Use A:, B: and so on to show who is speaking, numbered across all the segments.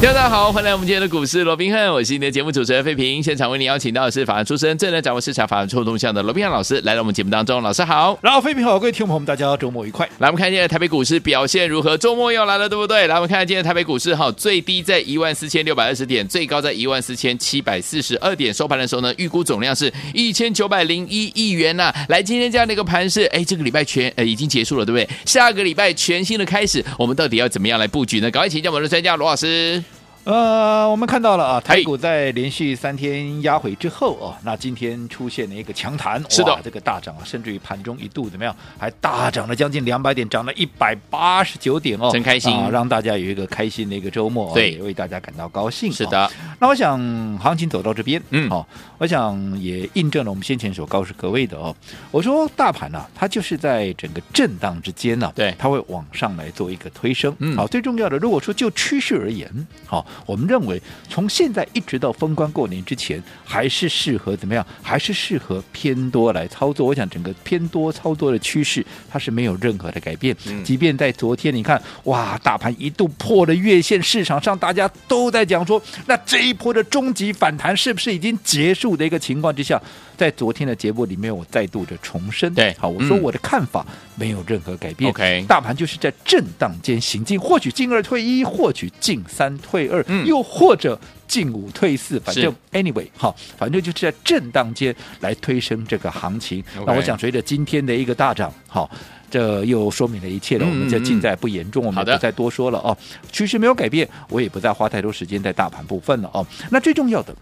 A: 听众大家好，欢迎来我们今天的股市罗宾汉，我是你的节目主持人费平。现场为您邀请到的是法案出身、最能掌握市场法案臭动向的罗宾汉老师，来到我们节目当中。老师好，
B: 然后，飞平好，各位听众朋友们，大家周末愉快。
A: 来我们看现在台北股市表现如何？周末又来了，对不对？来我们看今天台北股市哈，最低在一万四千六百二十点，最高在一万四千七百四十二点，收盘的时候呢，预估总量是一千九百零一亿元呐、来，今天这样的一个盘势，哎，这个礼拜全呃已经结束了，对不对？下个礼拜全新的开始，我们到底要怎么样来布局呢？赶快请教我们的专家罗老师。
B: 呃，我们看到了啊，
A: 嘿
B: 台股在连续三天压回之后哦，那今天出现了一个强弹，
A: 是的
B: 哇这个大涨啊，甚至于盘中一度怎么样，还大涨了将近两百点，涨了一百八十九点哦，
A: 真开心
B: 啊，让大家有一个开心的一个周末、哦，
A: 对
B: 也为大家感到高兴、哦
A: 是，的，
B: 那我想行情走到这边，
A: 嗯
B: 哦，我想也印证了我们先前所告诉各位的哦，我说大盘呢、它就是在整个震荡之间呢、
A: 对
B: 它会往上来做一个推升，
A: 嗯
B: 好、最重要的，如果说就趋势而言，好、我们认为从现在一直到封关过年之前，还是适合怎么样？还是适合偏多来操作。我想整个偏多操作的趋势，它是没有任何的改变，
A: 嗯
B: 即便在昨天，你看，哇，大盘一度破了月线，市场上大家都在讲说，那这一波的终极反弹是不是已经结束的一个情况之下，在昨天的节目里面，我再度的重申，
A: 对
B: 好，我说
A: 嗯
B: 我的看法没有任何改变。
A: OK
B: 大盘就是在震荡间行进，或许进二退一，或许进三退二，
A: 嗯
B: 又或者。进五退四，反
A: 是
B: 正 anyway 好，反正就是在震荡间来推升这个行情。
A: OK
B: 那我想随着今天的一个大涨，好，这又说明了一切了。
A: 嗯
B: 我们这
A: 嗯
B: 尽
A: 嗯
B: 在不言中，我
A: 好
B: 们
A: 的
B: 不再多说了哦。趋势没有改变，我也不再花太多时间在大盘部分了哦。那最重要的，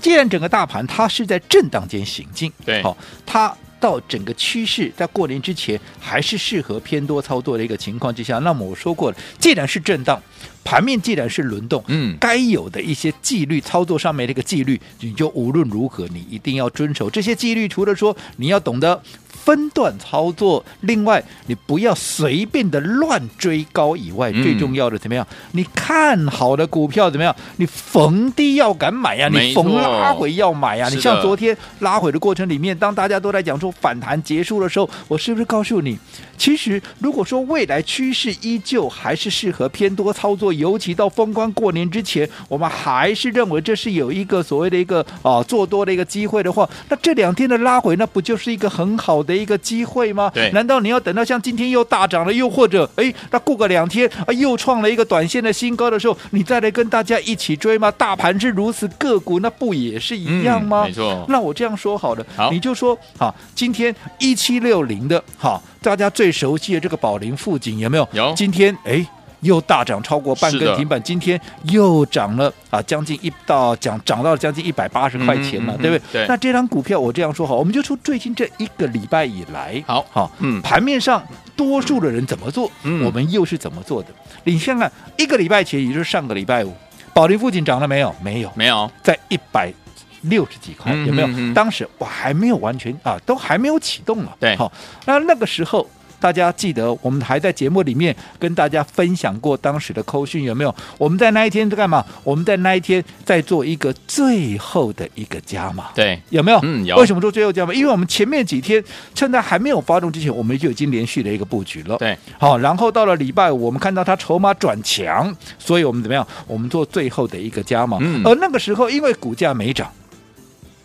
B: 既然整个大盘它是在震荡间行进，
A: 对
B: 好、它。到整个趋势在过年之前还是适合偏多操作的一个情况之下，那么我说过了，既然是震荡，盘面既然是轮动，
A: 嗯
B: 该有的一些纪律，操作上面的一个纪律，你就无论如何你一定要遵守这些纪律。除了说你要懂得分段操作，另外你不要随便的乱追高以外，
A: 嗯
B: 最重要的怎么样？你看好的股票怎么样？你逢低要敢买呀、
A: 没
B: 你
A: 错
B: 逢拉回要买呀、
A: 是的
B: 你像昨天拉回的过程里面，当大家都在讲说反弹结束的时候，我是不是告诉你，其实如果说未来趋势依旧还是适合偏多操作，尤其到封关过年之前，我们还是认为这是有一个所谓的一个啊、做多的一个机会的话，那这两天的拉回，那不就是一个很好的一个机会吗？
A: 对
B: 难道你要等到像今天又大涨了，又或者哎，那过个两天啊又创了一个短线的新高的时候，你再来跟大家一起追吗？大盘是如此，个股那不也是一样吗？
A: 嗯没错，
B: 那我这样说好了，
A: 好
B: 你就说啊，今天一七六零的，哈、大家最熟悉的这个宝林富锦有没有？
A: 有
B: 今天哎。又大涨超过半
A: 是
B: 根
A: 的
B: 停板，今天又涨了啊，将近一到涨涨到了将近一百八十块钱
A: 嗯
B: 嘛，
A: 嗯嗯
B: 对不对？
A: 对
B: 那这张股票我这样说好，我们就说最近这一个礼拜以来，
A: 好
B: 好，
A: 嗯
B: 盘面上多数的人怎么做，
A: 嗯
B: 我们又是怎么做的？你看看一个礼拜前，也就是上个礼拜五，宝林富锦涨了没有？没有，
A: 没有，
B: 在一百六十几块，
A: 嗯
B: 有没有？
A: 嗯嗯
B: 当时我还没有完全啊，都还没有启动了。
A: 对
B: 好、那那个时候。大家记得，我们还在节目里面跟大家分享过当时的扣讯有没有？我们在那一天在干嘛？我们在那一天在做一个最后的一个加码，
A: 对，
B: 有没有？
A: 嗯有
B: 为什么说最后加码？因为我们前面几天趁它还没有发动之前，我们就已经连续的一个布局了。
A: 对，
B: 好，然后到了礼拜五，我们看到它筹码转强，所以我们怎么样？我们做最后的一个加码。
A: 嗯
B: 而那个时候，因为股价没涨，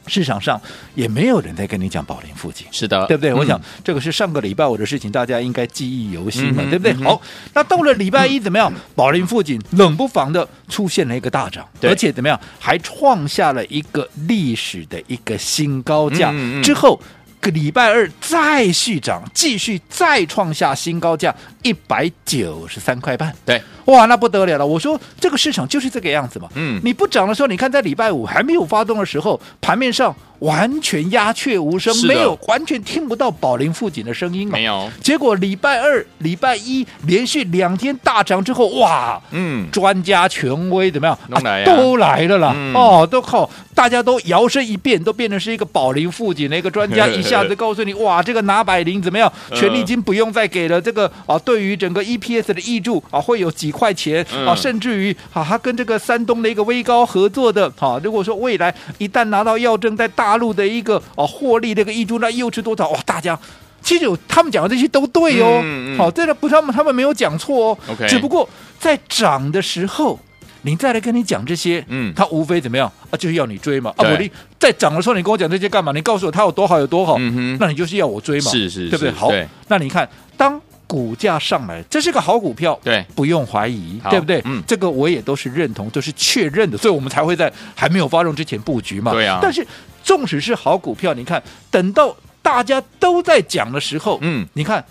B: 市场上也没有人在跟你讲宝林附近。
A: 是的，
B: 对不对？我
A: 嗯
B: 想这个是上个礼拜五的事情，大家应该记忆犹新嘛
A: 嗯，哼
B: 对不对？
A: 嗯哼
B: 好，那到了礼拜一怎么样？宝林附近冷不防的出现了一个大涨，
A: 对
B: 而且怎么样，还创下了一个历史的一个新高价
A: 嗯嗯嗯
B: 之后。个礼拜二再续涨，继续再创下新高价，一百九十三块半。
A: 对，
B: 哇，那不得了了！我说这个市场就是这个样子嘛。
A: 嗯
B: 你不涨的时候，你看在礼拜五还没有发动的时候，盘面上完全鸦雀无声
A: 是，的
B: 没有完全听不到宝林附近的声音嘛。
A: 没有，
B: 结果礼拜二、礼拜一连续两天大涨之后，哇！
A: 嗯，
B: 专家权威怎么样？啊
A: 弄来呀
B: 都来了啦！
A: 嗯
B: 哦，都靠大家都摇身一变，都变成是一个宝林富锦的一个专 家，一下子告诉你，哇，这个拿百灵怎么样？
A: 嗯
B: 权利金不用再给了，这个啊，对于整个 EPS 的益助啊，会有几块钱啊，
A: 嗯
B: 甚至于啊，他跟这个山东的一个威高合作的，啊，如果说未来一旦拿到药证，在大陆的一个啊获利的一个益助，那又是多少？哇，大家。其实有他们讲的这些都对哦，好、
A: 嗯嗯
B: 这个不他们他们没有讲错哦
A: OK
B: 只不过在涨的时候，你再来跟你讲这些，
A: 嗯
B: 他无非怎么样啊，就是要你追嘛，啊，
A: 对
B: 我你在涨的时候你跟我讲这些干嘛？你告诉我它有多好有多好，
A: 嗯哼
B: 那你哦就是要我追嘛，
A: 是是
B: 对不对？
A: 是
B: 好
A: 对，
B: 那你看当。股价上来，这是个好股票，
A: 对
B: 不用怀疑
A: 好，
B: 对不对？
A: 嗯
B: 这个我也都是认同，都是确认的，所以我们才会在还没有发动之前布局嘛。
A: 对啊
B: 但是纵使是好股票，你看等到大家都在讲的时候，
A: 嗯，
B: 你看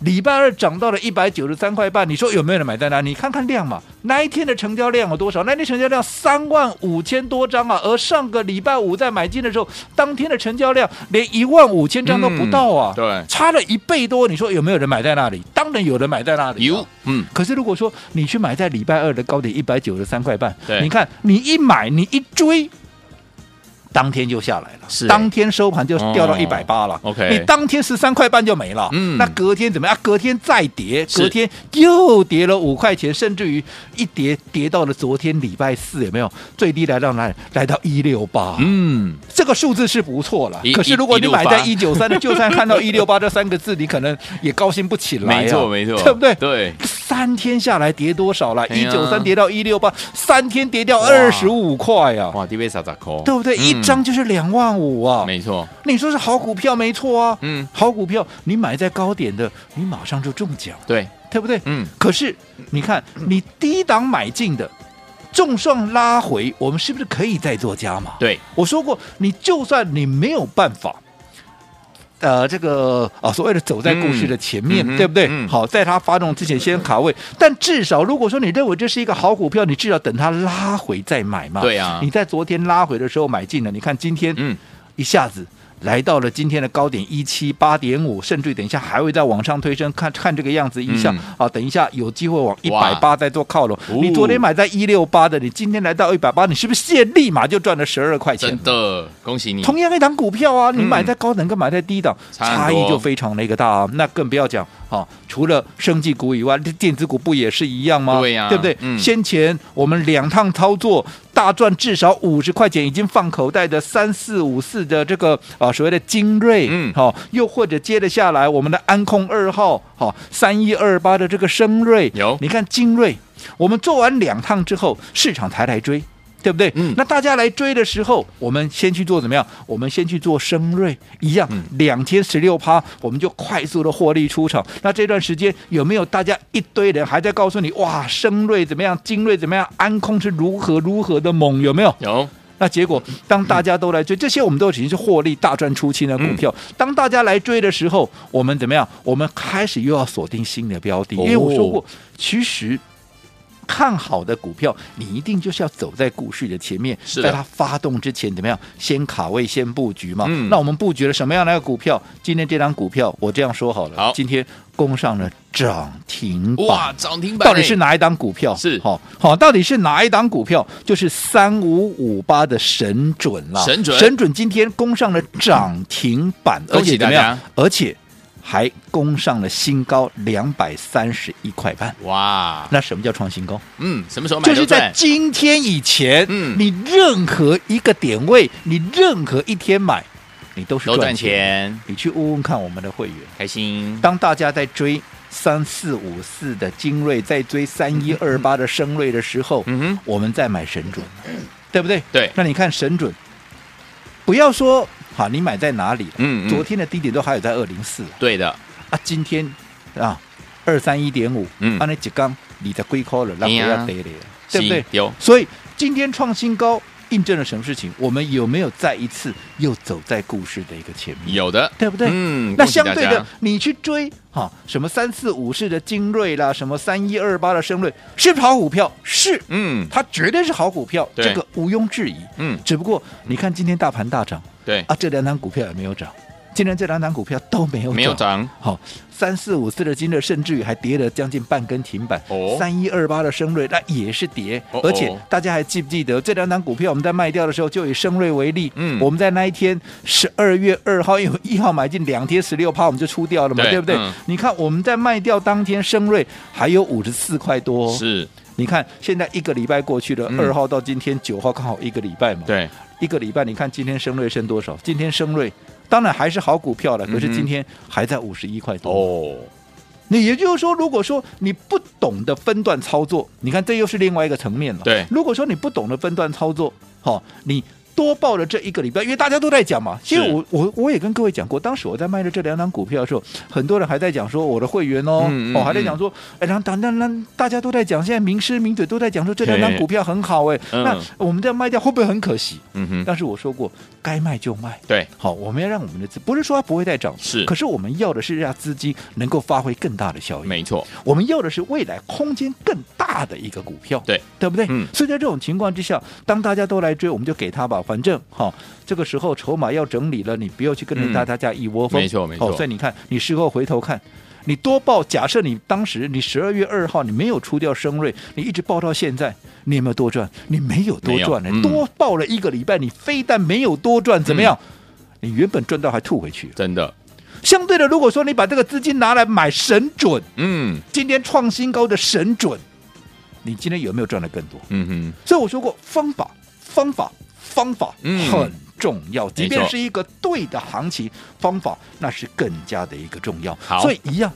B: 礼拜二涨到了一百九十三块半，你说有没有人买单啊？你看看量嘛，那一天的成交量有多少？那一天成交量三万五千多张啊，而上个礼拜五在买进的时候，当天的成交量连一万五千张都不到啊，
A: 嗯对
B: 差了一倍多。你说有没有人买在那里？当然有人买在那里、啊
A: 有。，嗯，
B: 可是如果说你去买在礼拜二的高点一百九十三块半
A: 对，
B: 你看你一买你一追，当天就下来了，
A: 是
B: 当天收盘就掉到
A: 哦
B: 一百八了。
A: OK
B: 你当天十三块半就没了，
A: 嗯
B: 那隔天怎么样？啊隔天再跌，
A: 是
B: 隔天又跌了五块钱，甚至于一跌跌到了昨天礼拜四，有没有最低来到哪里？来到一六八，
A: 嗯，
B: 这个数字是不错了
A: 一。
B: 可是如果
A: 一
B: 你买
A: 168
B: 在一九三的，就算看到一六八这三个字，你可能也高兴不起来、啊。
A: 没错没错，
B: 对不对？
A: 对，
B: 三天下来跌多少了？
A: 哎
B: 一
A: 呀
B: 九三跌到一六八，三天跌掉
A: 哇
B: 二十五块呀、
A: 哇，地位傻傻抠，
B: 对不对？
A: 嗯
B: 一张就是两万五啊！
A: 没错，
B: 你说是好股票没错啊，
A: 嗯，
B: 好股票你买在高点的，你马上就中奖，
A: 对，
B: 对不对？
A: 嗯，
B: 可是你看，你低档买进的，重创拉回，我们是不是可以再做加码？
A: 对，
B: 我说过，你就算你没有办法。呃，这个啊，所谓的走在故事的前面，
A: 嗯嗯哼
B: 对不对？
A: 嗯
B: 好，在它发动之前先卡位，但至少如果说你认为这是一个好股票，你至少等它拉回再买嘛。
A: 对啊
B: 你在昨天拉回的时候买进了，你看今天，
A: 嗯，
B: 一下子来到了今天的高点一七八点五，甚至于等一下还会再往上推升，看看这个样子一下、
A: 嗯
B: 啊，等一下有机会往一
A: 哇
B: 百八再做靠拢。
A: 哦
B: 你昨天买在一六八的，你今天来到一百八，你是不是现立马就赚了十二块钱
A: 真？的，恭喜你，
B: 同样一档股票啊，你
A: 嗯
B: 买在高档跟买在低档、
A: 差很
B: 差
A: 多
B: 异就非常的一个大、啊，那更不要讲啊，除了生技股以外，这电子股不也是一样吗？
A: 对呀
B: 对不对？
A: 嗯
B: 先前我们两趟操作大赚至少五十块钱，已经放口袋的三四五四的这个啊所谓的精锐，
A: 嗯
B: 好、又或者接着下来我们的安控二号，好三一二八的这个升瑞，
A: 有
B: 你看精锐，我们做完两趟之后，市场才来追。对不对？
A: 嗯
B: 那大家来追的时候，我们先去做怎么样？我们先去做升瑞，一样、
A: 嗯
B: 两天十六趴，我们就快速的获利出场。那这段时间有没有大家一堆人还在告诉你哇，升瑞怎么样，精锐怎么样，安控是如何如何的猛？有没有？
A: 有，
B: 那结果，当大家都来追，这些我们都已经是获利大赚出清的股票。
A: 嗯
B: 当大家来追的时候，我们怎么样？我们开始又要锁定新的标的，
A: 哦
B: 因为我说过，其实。看好的股票，你一定就是要走在股市的前面，
A: 是的
B: 在它发动之前怎么样？先卡位，先布局嘛。
A: 嗯
B: 那我们布局了什么样的一个股票？今天这张股票，我这样说好了，
A: 好
B: 今天攻上了涨停板，
A: 哇，涨停板，欸
B: 到底是？哪一档股票？
A: 是
B: 好好、到底是哪一档股票？就是三五五八的神准啦，
A: 神准
B: 神准今天攻上了涨停板，
A: 恭
B: 而
A: 喜
B: 且
A: 大
B: 怎
A: 家
B: 么样？而且还攻上了新高两百三十一块半。
A: 哇，
B: 那什么叫创新高？
A: 嗯，什么时候买
B: 就
A: 都
B: 是在
A: 赚，
B: 今天以前，
A: 嗯
B: 你任何一个点位，你任何一天买，你都是
A: 都赚
B: 赚钱。
A: 钱，
B: 你去问问看我们的会员。
A: 开心，
B: 当大家在追三四五四的精锐，在追三一二八的升锐的时候，
A: 嗯哼，
B: 我们再买神准，对不对？
A: 对
B: 那你看神准，不要说好你买在哪里了，
A: 嗯嗯
B: 昨天的低点都还有在二零四
A: 对的，
B: 啊，今天啊二三一点五，啊
A: 嗯
B: 啊那几缸你的龟壳了，那不
A: 哎呀
B: 要得了，对不对
A: 是？有，
B: 所以今天创新高，印证了什么事情？我们有没有再一次又走在故事的一个前面？
A: 有的，
B: 对不对？
A: 嗯，
B: 那
A: 恭喜
B: 相
A: 大
B: 对
A: 家
B: 的，你去追哈、什么三四五四的精锐啦，什么三一二八的升锐，是不是好股票，是，
A: 嗯，
B: 它绝对是好股票，
A: 对
B: 这个毋庸置疑。
A: 嗯
B: 只不过你看今天大盘大涨
A: 对，
B: 啊，这两档股票也没有涨，今天这两档股票都没有
A: 没有涨，
B: 好，三四五四的金乐甚至于还跌了将近半根停板
A: 哦，
B: 三一二八的升瑞那也是跌
A: 哦哦，
B: 而且大家还记不记得这两档股票我们在卖掉的时候就以升瑞为例，
A: 嗯
B: 我们在那一天十二月二号，因为一号买进两天十六趴我们就出掉了嘛，
A: 对
B: 对不对
A: 嗯？
B: 你看我们在卖掉当天升瑞还有五十四块多，哦
A: 是，
B: 你看现在一个礼拜过去了
A: 嗯，
B: 二号到今天九号刚好一个礼拜嘛，
A: 对，
B: 一个礼拜，你看今天升瑞升多少？今天升瑞当然还是好股票了，可
A: 嗯
B: 是
A: 哼
B: 今天还在五十一块多。
A: 哦，
B: 你也就是说，如果说你不懂得分段操作，你看这又是另外一个层面了。
A: 对
B: 如果说你不懂得分段操作，好、你。多报了这一个礼拜，因为大家都在讲嘛。其实
A: 是
B: 我我我也跟各位讲过，当时我在卖的这两档股票的时候，很多人还在讲说我的会员哦，
A: 嗯嗯
B: 哦还在讲说，哎，然后当当当，大家都在讲，现在名师名嘴都在讲说这两档
A: 嘿
B: 股票很好哎，
A: 嗯
B: 那我们这样卖掉会不会很可惜？
A: 嗯哼，
B: 但是我说过，该卖就卖。
A: 对，
B: 好，我们要让我们的资，不是说它不会再涨，
A: 是
B: 可是我们要的是让资金能够发挥更大的效益。
A: 没错，
B: 我们要的是未来空间更大的一个股票，
A: 对
B: 对不对？
A: 嗯
B: 所以在这种情况之下，当大家都来追，我们就给他吧，反正哈、这个时候筹码要整理了，你不要去跟
A: 嗯
B: 着大大家一窝蜂，
A: 没错没错
B: 哦所以你看，你事后回头看。你多报，假设你当时你十二月二号你没有出掉升瑞，你一直报到现在，你有没有多赚？你没有多赚呢、
A: 没有嗯
B: 多报了一个礼拜，你非但没有多赚，怎么样？
A: 嗯
B: 你原本赚到还吐回去。
A: 真的，
B: 相对的，如果说你把这个资金拿来买神准，
A: 嗯
B: 今天创新高的神准，你今天有没有赚的更多？
A: 嗯
B: 所以我说过，方法、方法、方法
A: 嗯
B: 很重要，即便
A: 没错
B: 是一个对的行情，方法那是更加的一个重要
A: 好。
B: 所以一样，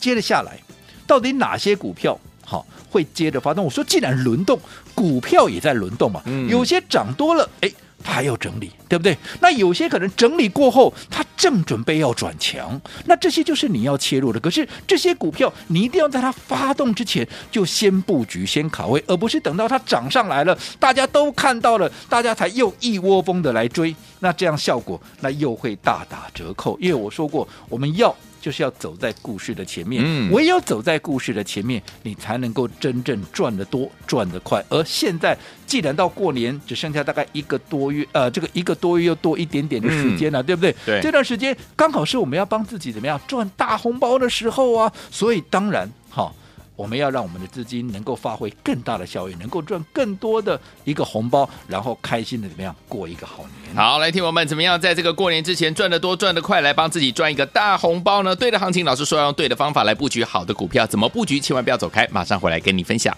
B: 接着下来，到底哪些股票好会接着发动？我说，既然轮动，股票也在轮动嘛，
A: 嗯
B: 有些涨多了，哎。它要整理，对不对？那有些可能整理过后，它正准备要转强，那这些就是你要切入的。可是这些股票，你一定要在它发动之前就先布局、先卡位，而不是等到它涨上来了，大家都看到了，大家才又一窝蜂的来追。那这样效果那又会大打折扣。因为我说过，我们要。就是要走在故事的前面，
A: 嗯
B: 唯有走在故事的前面，你才能够真正赚得多、赚得快。而现在，既然到过年只剩下大概一个多月，呃，这个一个多月又多一点点的时间了、对不对？
A: 嗯对
B: 这段时间刚好是我们要帮自己怎么样赚大红包的时候啊，所以当然哈。我们要让我们的资金能够发挥更大的效益，能够赚更多的一个红包，然后开心的怎么样过一个好年
A: 哼，。好，来听我们怎么样在这个过年之前赚得多、赚得快，来帮自己赚一个大红包呢？对的行情，老师说要用对的方法来布局好的股票，怎么布局？千万不要走开，马上回来跟你分享。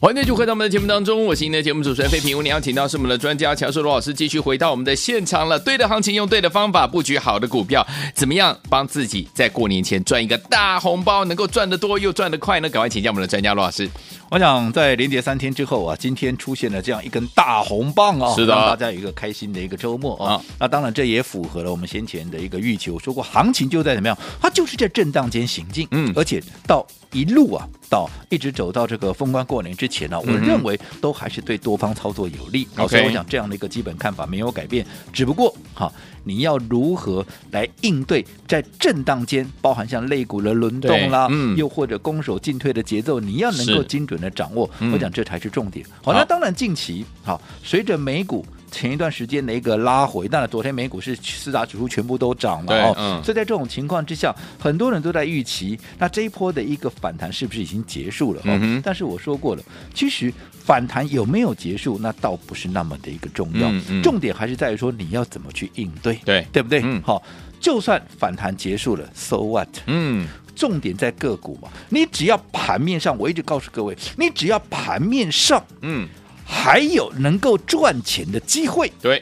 A: 欢迎继续回到我们的节目当中，我是您的节目主持人费平。我们邀请到是我们的专家乔世罗老师，继续回到我们的现场了。对的行情，用对的方法布局好的股票，怎么样帮自己在过年前赚一个大红包，能够赚得多又赚得快呢？赶快请教我们的专家罗老师。
B: 我想在连跌三天之后啊，今天出现了这样一根大红棒哦，
A: 是的
B: 让大家有一个开心的一个周末哦。
A: 啊
B: 那当然，这也符合了我们先前的一个预期。我说过，行情就在怎么样，它就是在震荡间行进，
A: 嗯
B: 而且到一路啊，到一直走到这个封关过年之前呢、啊我
A: 嗯哼
B: 认为都还是对多方操作有利。好
A: OK
B: 所以我想这样的一个基本看法没有改变，只不过哈、你要如何来应对在震荡间，包含像肋骨的轮
A: 对
B: 动啦，
A: 嗯
B: 又或者攻守进退的节奏，你要能
A: 是
B: 够精准的掌握，
A: 嗯
B: 我讲这才是重点。好，
A: 好
B: 那当然近期好，随着美股前一段时间的一个拉回，当然昨天美股是四大指数全部都涨了
A: 对
B: 哦，
A: 嗯
B: 所以在这种情况之下，很多人都在预期，那这一波的一个反弹是不是已经结束了？哦
A: 嗯哼
B: 但是我说过了，其实反弹有没有结束，那倒不是那么的一个重要，
A: 嗯嗯
B: 重点还是在于说你要怎么去应对，
A: 对
B: 对不对？
A: 嗯
B: 好，就算反弹结束了，so what？
A: 嗯，
B: 重点在个股嘛，你只要盘面上，我一直告诉各位，你只要盘面上
A: 嗯，
B: 还有能够赚钱的机会，
A: 对，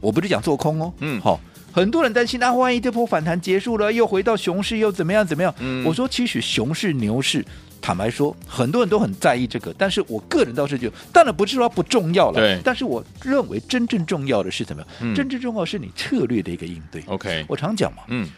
B: 我不是讲做空哦，
A: 嗯
B: 好、很多人担心，那、啊万一这波反弹结束了，又回到熊市，又怎么样怎么样？
A: 嗯
B: 我说，其实熊市、牛市。坦白说，很多人都很在意这个，但是我个人倒是觉得，当然不是说它不重要了，
A: 对
B: 但是我认为真正重要的是怎么样？
A: 嗯
B: 真正重要的是你策略的一个应对。
A: OK，
B: 我常讲嘛，
A: 嗯，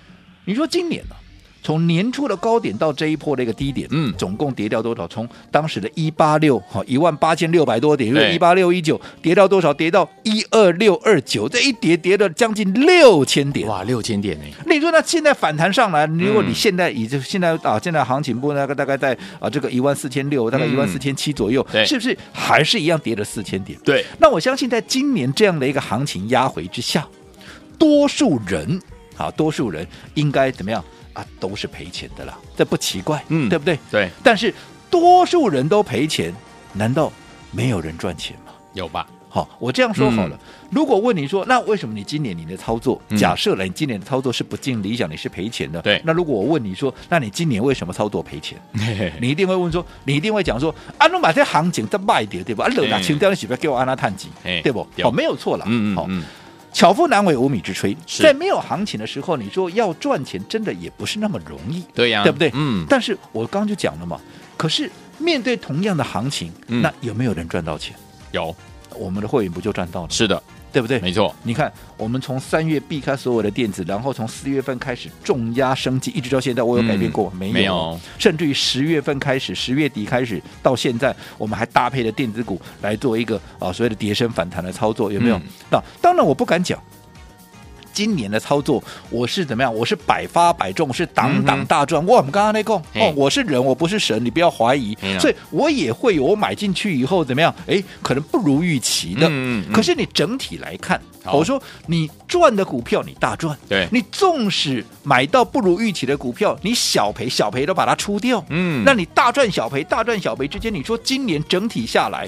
B: 你说今年呢、从年初的高点到这一波的一个低点，
A: 嗯
B: 总共跌掉多少？从当时的一八六，好一万八千六百多点，
A: 对
B: 一八六一九，跌到多少？跌到一二六二九，这一跌跌了将近六千点。
A: 哇，六千点呢，
B: 你说那现在反弹上来，如果
A: 嗯
B: 你现在已经现在啊，现在行情部那个大概在啊这个一万四千六，大概一万四千七左右，
A: 嗯对
B: 是不是还是一样跌了四千点？
A: 对，
B: 那我相信，在今年这样的一个行情压回之下，多数人啊，多数人应该怎么样啊？都是赔钱的啦，这不奇怪，
A: 嗯
B: 对不对？
A: 对，
B: 但是多数人都赔钱，难道没有人赚钱吗？
A: 有吧？
B: 好，我这样说好了。如果问你说，那为什么你今年你的操作，
A: 嗯
B: 假设了你今年的操作是不尽理想，你是赔钱的。
A: 对嗯
B: 那如果我问你说，那你今年为什么操作赔钱？
A: 嘿嘿嘿
B: 你一定会问说，你一定会讲说，啊，侬把这行情再卖掉，对吧？啊，落
A: 嗯
B: 啦，清掉你是不是给我安那探底
A: 嘿，
B: 对不？
A: 对
B: 好，没有错了。
A: 嗯
B: 好
A: 嗯，嗯，
B: 巧妇难为无米之炊，
A: 是
B: 在没有行情的时候，你说要赚钱，真的也不是那么容易，
A: 对呀，
B: 对不对？
A: 嗯，
B: 但是我刚刚就讲了嘛，可是面对同样的行情，
A: 嗯
B: 那有没有人赚到钱？
A: 有，
B: 我们的会员不就赚到了，
A: 是的，
B: 对不对？
A: 没错，
B: 你看，我们从三月避开所有的电子，然后从四月份开始重压升级，一直到现在，我有改变过、
A: 嗯
B: 没有？
A: 没有
B: 甚至于十月份开始，十月底开始到现在，我们还搭配了电子股来做一个啊所谓的跌升反弹的操作，有没有？
A: 嗯
B: 那当然，我不敢讲。今年的操作，我是怎么样？我是百发百中，是
A: 嗯
B: 档
A: 哼
B: 档大赚。我我们刚刚那个
A: 嘿
B: 哦，我是人，我不是神，你不要怀疑
A: 嘿。啦
B: 所以我也会有我买进去以后怎么样？哎，可能不如预期的。
A: 嗯嗯嗯
B: 可是你整体来看，
A: 好
B: 我说你赚的股票你大赚，
A: 对
B: 你纵使买到不如预期的股票，你小赔小赔都把它出掉，
A: 嗯
B: 那你大赚小赔大赚小赔之间，你说今年整体下来。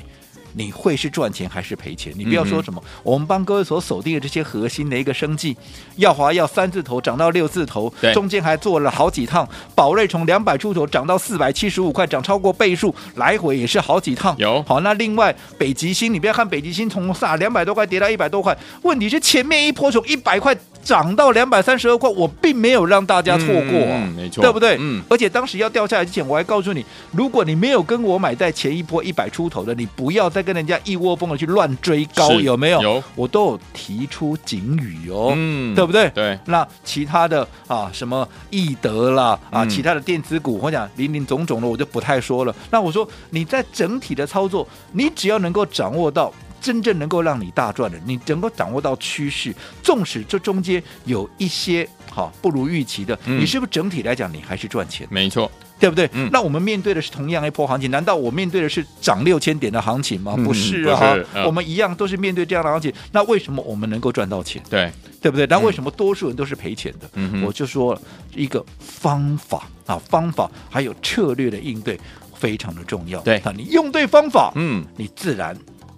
B: 你会是赚钱还是赔钱？你不要
A: 嗯
B: 说什么，我们帮各位所锁定的这些核心的一个生计，耀华要三字头涨到六字头
A: 对，
B: 中间还做了好几趟，宝瑞从两百出头涨到四百七十五块，涨超过倍数，来回也是好几趟。
A: 有
B: 好，那另外北极星，你不要看北极星从啥两百多块跌到一百多块，问题是前面一波从一百块涨到两百三十二块，我并没有让大家错过啊、
A: 嗯嗯没错
B: 对不对？
A: 嗯
B: 而且当时要掉下来之前，我还告诉你，如果你没有跟我买在前一波一百出头的，你不要再跟人家一窝蜂的去乱追高，
A: 是
B: 有没有？
A: 有，
B: 我都有提出警语哦。
A: 嗯
B: 对不对？
A: 对，
B: 那其他的啊，什么易德啦，啊，
A: 嗯
B: 其他的电子股，我讲林林总总的，我就不太说了。那我说你在整体的操作，你只要能够掌握到。真正能够让你大赚的，你能够掌握到趋势，纵使这中间有一些好不如预期的，
A: 嗯
B: 你是不是整体来讲你还是赚钱的？
A: 没错，
B: 对不对？
A: 嗯
B: 那我们面对的是同样一波行情，难道我面对的是涨六千点的行情吗？不是啊，
A: 不是嗯
B: 我们一样都是面对这样的行情，那为什么我们能够赚到钱？
A: 对，
B: 对不对？那为什么多数人都是赔钱的？
A: 嗯哼
B: 我就说了一个方法啊，方法还有策略的应对非常的重要。
A: 对
B: 啊，你用对方法，
A: 嗯，
B: 你自然。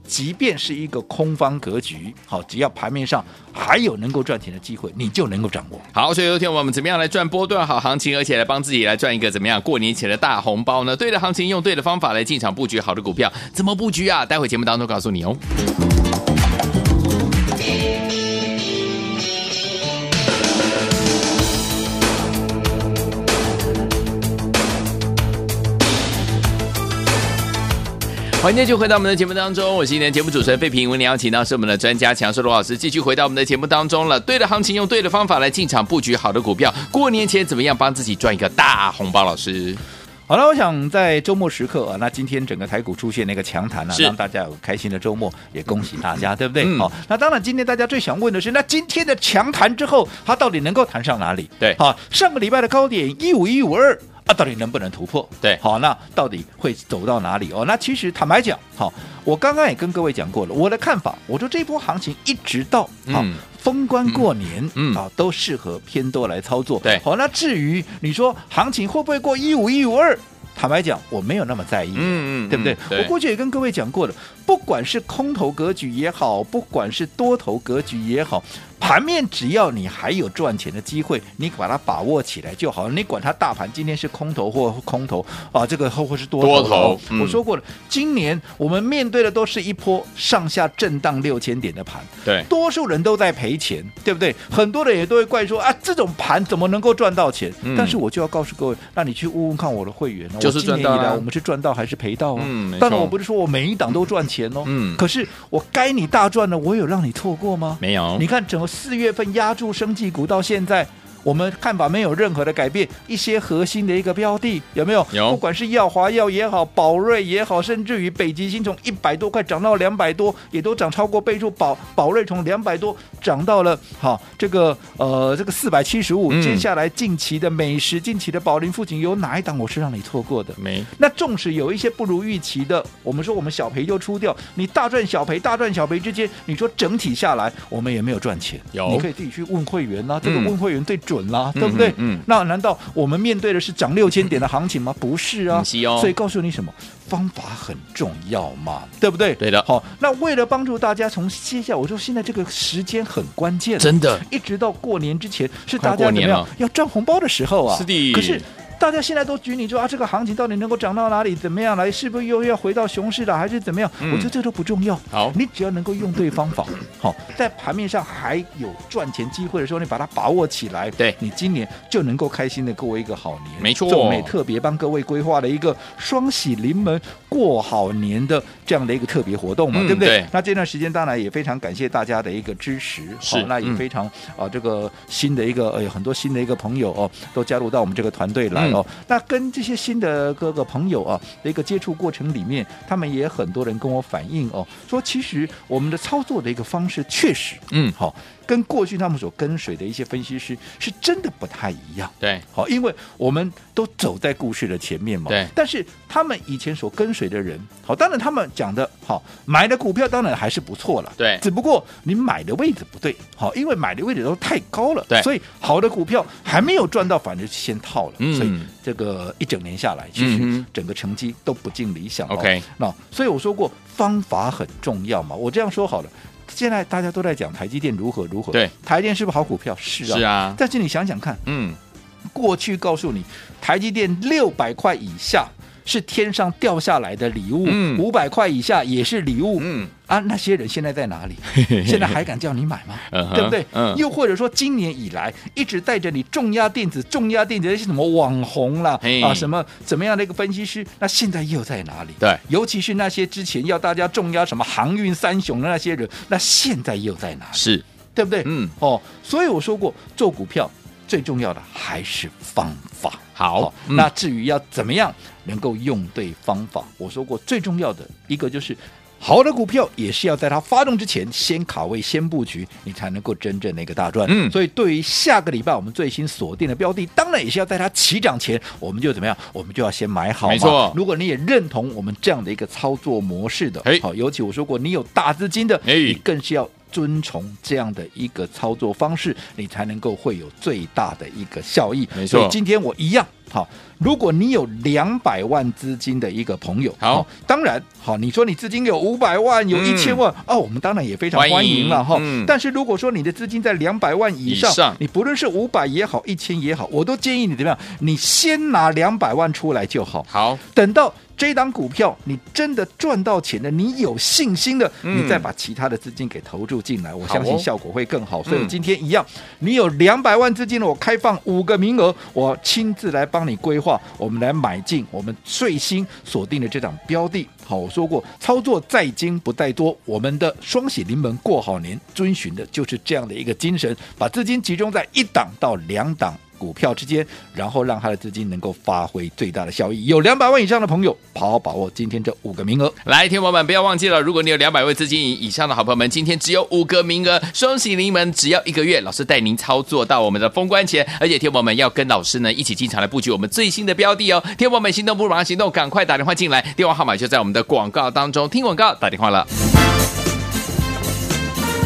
B: 即便是一个空方格局，好，只要盘面上还有能够赚钱的机会，你就能够掌握。
A: 好，所以有天我们怎么样来赚波段好行情，而且来帮自己来赚一个怎么样过年前的大红包呢？对的行情，用对的方法来进场布局好的股票，怎么布局啊？待会节目当中告诉你哦。欢迎继续回到我们的节目当中，我是今天的节目主持人费平。为您邀请到是我们的专家强硕罗老师，继续回到我们的节目当中了。对的行情，用对的方法来进场布局好的股票，过年前怎么样帮自己赚一个大红包？老师，
B: 好了，我想在周末时刻啊，那今天整个台股出现那个强弹啊，
A: 是
B: 让大家有个开心的周末，也恭喜大家，对不对？
A: 嗯
B: 好，那当然，今天大家最想问的是，那今天的强弹之后，它到底能够弹上哪里？
A: 对
B: 好，上个礼拜的高点一五一五二。啊，到底能不能突破？
A: 对
B: 好，那到底会走到哪里哦？那其实坦白讲，好，我刚刚也跟各位讲过了，我的看法，我说这波行情一直到好、
A: 嗯
B: 封关过年，
A: 嗯
B: 啊，都适合偏多来操作。
A: 对
B: 好，那至于你说行情会不会过一五一五二？坦白讲，我没有那么在意。
A: 嗯嗯嗯
B: 对不对？
A: 对
B: 我过去也跟各位讲过了，不管是空头格局也好，不管是多头格局也好，盘面只要你还有赚钱的机会，你把它把握起来就好。你管它大盘今天是空头或空头啊，这个后或是多头
A: 多头嗯
B: 我说过了，今年我们面对的都是一波上下震荡六千点的盘，
A: 对
B: 多数人都在赔钱，对不对？很多人也都会怪说啊，这种盘怎么能够赚到钱？
A: 嗯
B: 但是我就要告诉各位，那你去问问看我的会员哦，
A: 就是
B: 我今
A: 赚
B: 年
A: 到啊
B: 以来我们是赚到还是赔到啊？
A: 嗯没错
B: 当然我不是说我每一档都赚钱哦，
A: 嗯
B: 可是我该你大赚的，我有让你错过吗？
A: 没有
B: 你看整个四月份压住生技股到现在。我们看法没有任何的改变，一些核心的一个标的有没有？
A: 有
B: 不管是耀华药也好，宝瑞也好，甚至于北极星从一百多块涨到两百多，也都涨超过倍数。宝宝瑞从两百多涨到了好这个呃这个四百七十五。
A: 嗯
B: 接下来近期的美食，近期的宝林附近有哪一档我是让你错过的？
A: 没
B: 那纵使有一些不如预期的，我们说我们小赔就出掉，你大赚小赔、大赚小赔之间，你说整体下来我们也没有赚钱，
A: 有
B: 你可以自己去问会员啊啦、这个
A: 嗯
B: 问会员最准啦、
A: 嗯
B: 对不对？
A: 嗯嗯
B: 那难道我们面对的是涨六千点的行情吗？不是啊，
A: 不是哦
B: 所以告诉你什么？方法很重要嘛，对不对？
A: 对的
B: 好，那为了帮助大家从接下来，我说现在这个时间很关键，啊
A: 真的
B: 一直到过年之前是
A: 嗯快
B: 大家
A: 过
B: 怎么
A: 年
B: 样
A: 了
B: 要赚红包的时候啊。
A: 是的
B: 可是大家现在都举你说啊，这个行情到底能够涨到哪里？怎么样来？是不是又要回到熊市了，还是怎么样？
A: 嗯
B: 我觉得这都不重要。
A: 好
B: 你只要能够用对方法，好，在盘面上还有赚钱机会的时候，你把它把握起来，
A: 对
B: 你今年就能够开心的过一个好年。
A: 没错
B: 中美特别帮各位规划了一个双喜临门过好年的这样的一个特别活动嘛，
A: 嗯
B: 对不对？
A: 对
B: 那这段时间当然也非常感谢大家的一个支持，
A: 是
B: 好那也
A: 嗯
B: 非。非常啊、这个新的一个呃有很多新的一个朋友哦，都加入到我们这个团队
A: 嗯
B: 来哦。那跟这些新的各个朋友啊的一个接触过程里面，他们也很多人跟我反映哦，说其实我们的操作的一个方式确实
A: 嗯
B: 好、跟过去他们所跟随的一些分析师是真的不太一样。
A: 对
B: 好，因为我们都走在故事的前面嘛。
A: 对
B: 但是他们以前所跟随的人，好，当然他们讲的好，买的股票当然还是不错了。
A: 对
B: 只不过你买的位置不对，好，因为买的位置都太高了。
A: 对
B: 所以好的股票还没有赚到，反正先套了。
A: 嗯
B: 所以这个一整年下来，其
A: 嗯
B: 实
A: 哼
B: 整个成绩都不尽理想、哦。
A: OK
B: 那所以我说过，方法很重要嘛。我这样说好了。现在大家都在讲台积电如何如何，
A: 对，
B: 台积电是不是好股票？是啊，
A: 是啊
B: 但是你想想看，
A: 嗯
B: 过去告诉你，台积电六百块以下是天上掉下来的礼物
A: 嗯，
B: 五百、块以下也是礼物。
A: 嗯
B: 啊，那些人现在在 哪里？现在还敢叫你买吗？
A: 嗯哼
B: 对不对？
A: 嗯
B: 又或者说，今年以来一直带着你重压电子、重压电子那些什么网红啦
A: 嘿
B: 啊，什么怎么样的一个分析师，那现在又在哪里？
A: 对
B: 尤其是那些之前要大家重压什么航运三雄的那些人，那现在又在哪里？
A: 是
B: 对不对？
A: 嗯，
B: 哦，所以我说过，做股票最重要的还是方法。哦
A: 好嗯
B: 那至于要怎么样能够用对方法，我说过最重要的一个就是。好的股票也是要在它发动之前先卡位、先布局，你才能够真正的一个大赚。
A: 嗯
B: 所以对于下个礼拜我们最新锁定的标的，当然也是要在它起涨前，我们就怎么样，我们就要先买好嘛。
A: 没错
B: 如果你也认同我们这样的一个操作模式的
A: 哎，
B: 好，尤其我说过，你有大资金的，
A: 哎
B: 你更是要遵从这样的一个操作方式，你才能够会有最大的一个效益。
A: 没错
B: 所以今天我一样好。如果你有两百万资金的一个朋友，
A: 好
B: 当然好，你说你资金有五百万，有
A: 嗯
B: 一千万、哦，我们当然也非常
A: 欢迎
B: 欢迎了哈、
A: 嗯
B: 但是如果说你的资金在两百万以上，
A: 以上
B: 你不论是五百也好，一千也好，我都建议你怎么样，你先拿两百万出来就好。
A: 好
B: 等到这档股票你真的赚到钱了，你有信心的，
A: 嗯
B: 你再把其他的资金给投入进来，我
A: 好哦
B: 相信效果会更好。所以
A: 嗯
B: 今天一样，你有两百万资金了，我开放五个名额，我亲自来帮你规划，我们来买进我们最新锁定的这档标的。好，我说过，操作在精不在多，我们的双喜临门过好年，遵循的就是这样的一个精神，把资金集中在一档到两档。股票之间，然后让他的资金能够发挥最大的效益。有两百万以上的朋友，好好把握今天这五个名额。
A: 来，天宝们不要忘记了，如果你有两百位资金以上的好朋友们，今天只有五个名额，双喜临门，只要一个月，老师带您操作到我们的封关前，而且天宝们要跟老师呢一起进场来布局我们最新的标的哦。天宝们心动不如马上行动，赶快打电话进来，电话号码就在我们的广告当中，听广告打电话了。